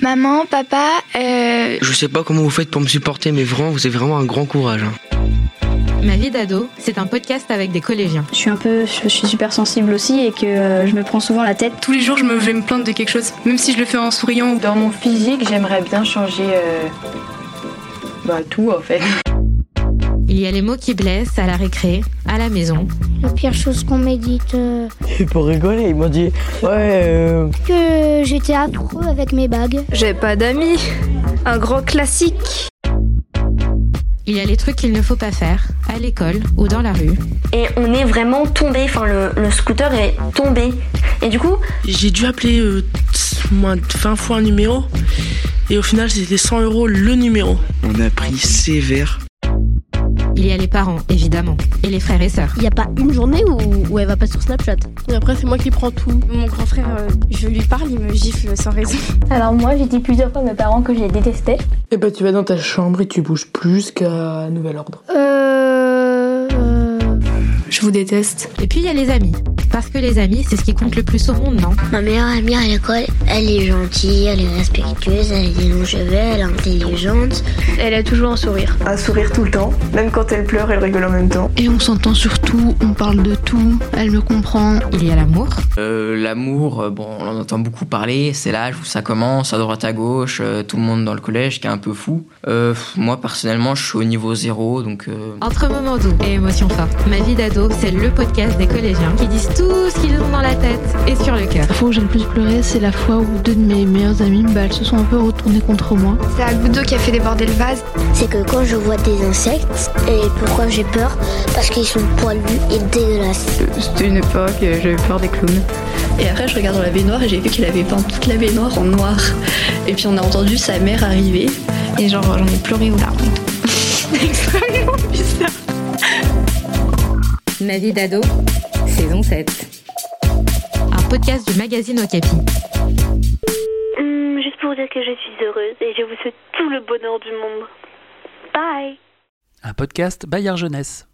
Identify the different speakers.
Speaker 1: Maman, papa, euh,
Speaker 2: Je sais pas comment vous faites pour me supporter, mais vraiment, vous avez vraiment un grand courage. hein.
Speaker 3: Ma vie d'ado, c'est un podcast avec des collégiens.
Speaker 4: Je suis un peu, je suis super sensible aussi et que euh, je me prends souvent la tête.
Speaker 5: Tous les jours, je, me, je vais me plaindre de quelque chose, même si je le fais en souriant.
Speaker 6: Dans mon physique, j'aimerais bien changer euh, bah, tout en fait.
Speaker 3: Il y a les mots qui blessent à la récré, à la maison.
Speaker 7: La pire chose qu'on médite, euh,
Speaker 8: Et pour rigoler, ils m'ont dit Ouais, euh,
Speaker 7: que j'étais affreux avec mes bagues.
Speaker 9: J'ai pas d'amis. Un grand classique.
Speaker 3: Il y a les trucs qu'il ne faut pas faire, à l'école ou dans la rue.
Speaker 10: Et on est vraiment tombé, enfin le, le scooter est tombé. Et du coup,
Speaker 11: J'ai dû appeler euh, au moins 20 fois un numéro. Et au final, c'était 100 euros le numéro.
Speaker 2: On a pris sévère.
Speaker 3: Il y a les parents, évidemment, et les frères et sœurs.
Speaker 12: Il n'y a pas une journée où, où elle va pas sur Snapchat.
Speaker 9: Et après, c'est moi qui prends tout.
Speaker 5: Mon grand frère, euh, je lui parle, il me gifle sans raison.
Speaker 4: Alors moi, j'ai dit plusieurs fois à mes parents que j'ai détesté.
Speaker 8: Eh ben, tu vas dans ta chambre et tu bouges plus jusqu'à nouvel ordre.
Speaker 7: Euh, euh,
Speaker 5: Je vous déteste.
Speaker 3: Et puis il y a les amis. Parce que les amis, c'est ce qui compte le plus au monde, non
Speaker 10: Ma meilleure amie à l'école, elle est gentille, elle est respectueuse, elle a des longs cheveux, elle est intelligente.
Speaker 9: Elle a toujours un sourire.
Speaker 6: Un sourire tout le temps, même quand elle pleure, elle rigole en même temps.
Speaker 13: Et on s'entend surtout, on parle de tout, elle me comprend.
Speaker 3: Il y a l'amour.
Speaker 14: Euh, L'amour, euh, bon, on en entend beaucoup parler, c'est l'âge où ça commence, à droite à gauche, euh, tout le monde dans le collège qui est un peu fou. Euh, pff, moi personnellement, je suis au niveau zéro, donc euh,
Speaker 3: Entre moments doux et émotions fortes, Ma vie d'ado, c'est le podcast des collégiens qui disent tout ce qu'ils ont dans la tête et sur le cœur.
Speaker 13: La fois où j'ai le plus pleuré, c'est la fois où deux de mes meilleures amies, bah, elles se sont un peu retournées contre moi.
Speaker 5: C'est à d'eau qui a fait déborder le vase.
Speaker 10: C'est que quand je vois des insectes, et pourquoi j'ai peur Parce qu'ils sont poilus et dégueulasses.
Speaker 6: C'était une époque, euh, j'avais peur des clowns.
Speaker 9: Et après, je regarde dans la baignoire et j'ai vu qu'elle avait peint toute la baignoire en noir. Et puis, on a entendu sa mère arriver. Et genre, j'en ai pleuré aux larmes. Extrêmement bizarre.
Speaker 3: Ma vie d'ado, saison 7. Un podcast du magazine Okapi.
Speaker 10: juste pour dire que je suis heureuse et je vous souhaite tout le bonheur du monde. Bye
Speaker 15: Un podcast Bayard Jeunesse.